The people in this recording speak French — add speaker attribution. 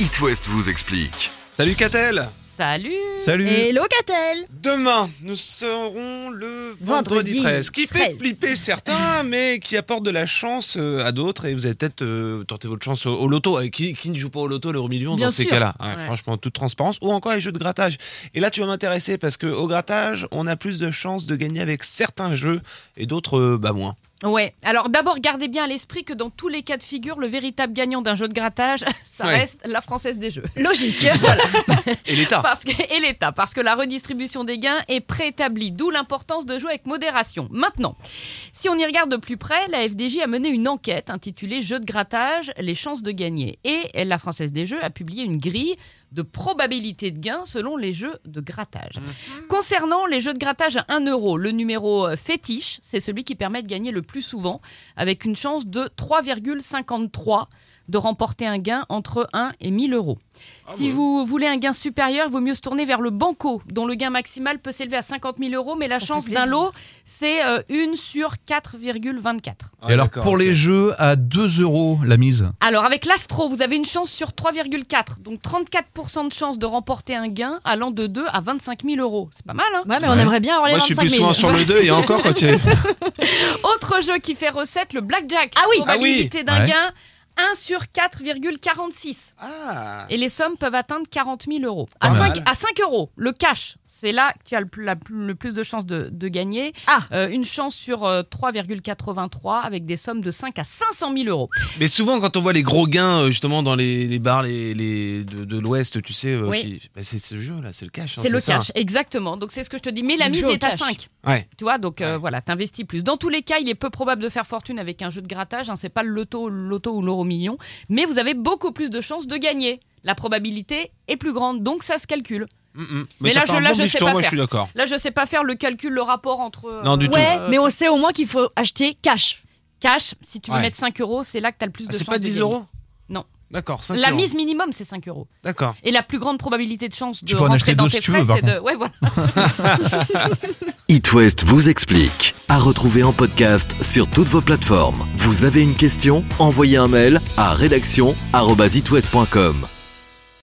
Speaker 1: It West vous explique.
Speaker 2: Salut Catel
Speaker 3: Salut
Speaker 2: Salut
Speaker 4: Hello Catel
Speaker 2: Demain, nous serons le vendredi,
Speaker 4: Vendredi
Speaker 2: 13, qui fait
Speaker 4: 13.
Speaker 2: flipper certains, mais qui apporte de la chance euh, à d'autres. Et vous allez peut-être euh, tenter votre chance au, au loto. Et qui, qui ne joue pas au loto, l'euro million
Speaker 4: Bien
Speaker 2: dans ces
Speaker 4: sûr.
Speaker 2: cas-là hein,
Speaker 3: Ouais.
Speaker 2: Franchement, toute transparence. Ou encore les jeux de grattage. Et là, tu vas m'intéresser parce que au grattage, on a plus de chances de gagner avec certains jeux et d'autres, euh, bah moins.
Speaker 3: Ouais, alors d'abord gardez bien à l'esprit que dans tous les cas de figure, le véritable gagnant d'un jeu de grattage, ça
Speaker 2: Ouais.
Speaker 3: reste la française des jeux.
Speaker 4: Logique
Speaker 2: Et l'État
Speaker 3: Parce que, et l'État, parce que la redistribution des gains est préétablie, d'où l'importance de jouer avec modération. Maintenant, si on y regarde de plus près, la FDJ a mené une enquête intitulée Jeux de grattage, les chances de gagner. Et la Française des Jeux a publié une grille de probabilité de gain selon les jeux de grattage. Concernant les jeux de grattage à 1 euro, le numéro euh, fétiche, c'est celui qui permet de gagner le plus souvent, avec une chance de 3,53 de remporter un gain entre 1 et 1000 euros.
Speaker 4: Ah bah
Speaker 3: Si vous voulez un gain supérieur, il vaut mieux se tourner vers le banco, dont le gain maximal peut s'élever à 50 000 euros, mais la
Speaker 4: Ça fait
Speaker 3: chance d'un
Speaker 4: plaisir.
Speaker 3: lot, c'est euh, une sur 4,24.
Speaker 2: Ah,
Speaker 5: Et alors
Speaker 2: d'accord,
Speaker 5: pour
Speaker 2: ok.
Speaker 5: les jeux à 2 euros la mise.
Speaker 3: Alors avec l'Astro, vous avez une chance sur 3,4, donc 34% de chance de remporter un gain allant de 2 à 25 000 euros. C'est pas mal, hein
Speaker 4: Ouais mais on aimerait bien avoir les
Speaker 2: Moi, je suis
Speaker 4: 25
Speaker 2: plus
Speaker 4: 000
Speaker 2: souvent sur le 2 et encore quand tu es.
Speaker 3: Autre jeu qui fait recette, le blackjack.
Speaker 4: Ah oui.
Speaker 3: Probabilité d'un
Speaker 5: Ouais.
Speaker 3: gain, 1 sur 4,46.
Speaker 2: Ah
Speaker 3: Et les sommes peuvent atteindre 40 000 euros. À
Speaker 2: Pas
Speaker 3: 5,
Speaker 2: mal.
Speaker 3: à 5 euros, le cash, c'est là que tu as le, plus- la plus- le plus de chances de, de gagner.
Speaker 4: Ah.
Speaker 3: Euh, une chance sur euh, 3,83 avec des sommes de 5 à 500 000 euros.
Speaker 2: Mais souvent, quand on voit les gros gains, euh, justement, dans les, les bars les, les- de, de l'Ouest, tu sais, euh,
Speaker 3: Oui.
Speaker 2: qui- bah, c'est ce jeu-là, c'est le cash. hein,
Speaker 3: c'est le
Speaker 2: ça.
Speaker 3: cash, exactement. Donc c'est ce que je te dis. Mais la
Speaker 4: Le
Speaker 3: mise
Speaker 4: jeu au
Speaker 3: est à
Speaker 4: cash.
Speaker 3: 5.
Speaker 2: Ouais.
Speaker 3: Tu vois, donc euh,
Speaker 2: Ouais.
Speaker 3: voilà, t'investis plus. Dans tous les cas, il est peu probable de faire fortune avec un jeu de grattage. Hein, c'est pas le loto, loto ou l'euro million. Mais vous avez beaucoup plus de chances de gagner. La probabilité est plus grande, donc ça se calcule.
Speaker 2: Mm, mm.
Speaker 3: Mais
Speaker 2: ça
Speaker 3: là,
Speaker 2: fait
Speaker 3: je-
Speaker 2: un
Speaker 3: là,
Speaker 2: bon
Speaker 3: je sais
Speaker 2: micheton,
Speaker 3: pas
Speaker 2: Moi, je
Speaker 3: faire.
Speaker 2: suis d'accord.
Speaker 3: Là, je sais pas faire le calcul, le rapport entre. euh,
Speaker 2: Non, du tout.
Speaker 4: Ouais
Speaker 3: euh,
Speaker 4: mais on sait au moins qu'il faut acheter cash
Speaker 3: Cash, si tu veux
Speaker 2: Ouais.
Speaker 3: mettre 5 euros, c'est là que tu as le plus
Speaker 2: Ah,
Speaker 3: de
Speaker 2: c'est
Speaker 3: chances.
Speaker 2: pas
Speaker 3: de
Speaker 2: 10
Speaker 3: gagner.
Speaker 2: euros
Speaker 3: Non.
Speaker 2: D'accord, 5
Speaker 3: La
Speaker 2: euros.
Speaker 3: mise minimum, c'est 5 euros.
Speaker 2: D'accord.
Speaker 3: Et la plus grande probabilité de chance
Speaker 5: Tu
Speaker 3: de
Speaker 5: peux en
Speaker 3: rentrer
Speaker 5: acheter
Speaker 3: dans
Speaker 5: deux
Speaker 3: tes
Speaker 5: si tu
Speaker 3: frais,
Speaker 5: veux, par
Speaker 3: c'est de. Ouais, voilà.
Speaker 1: It West vous explique. À retrouver en podcast sur toutes vos plateformes. Vous avez une question Envoyez un mail à rédaction@itwest.com.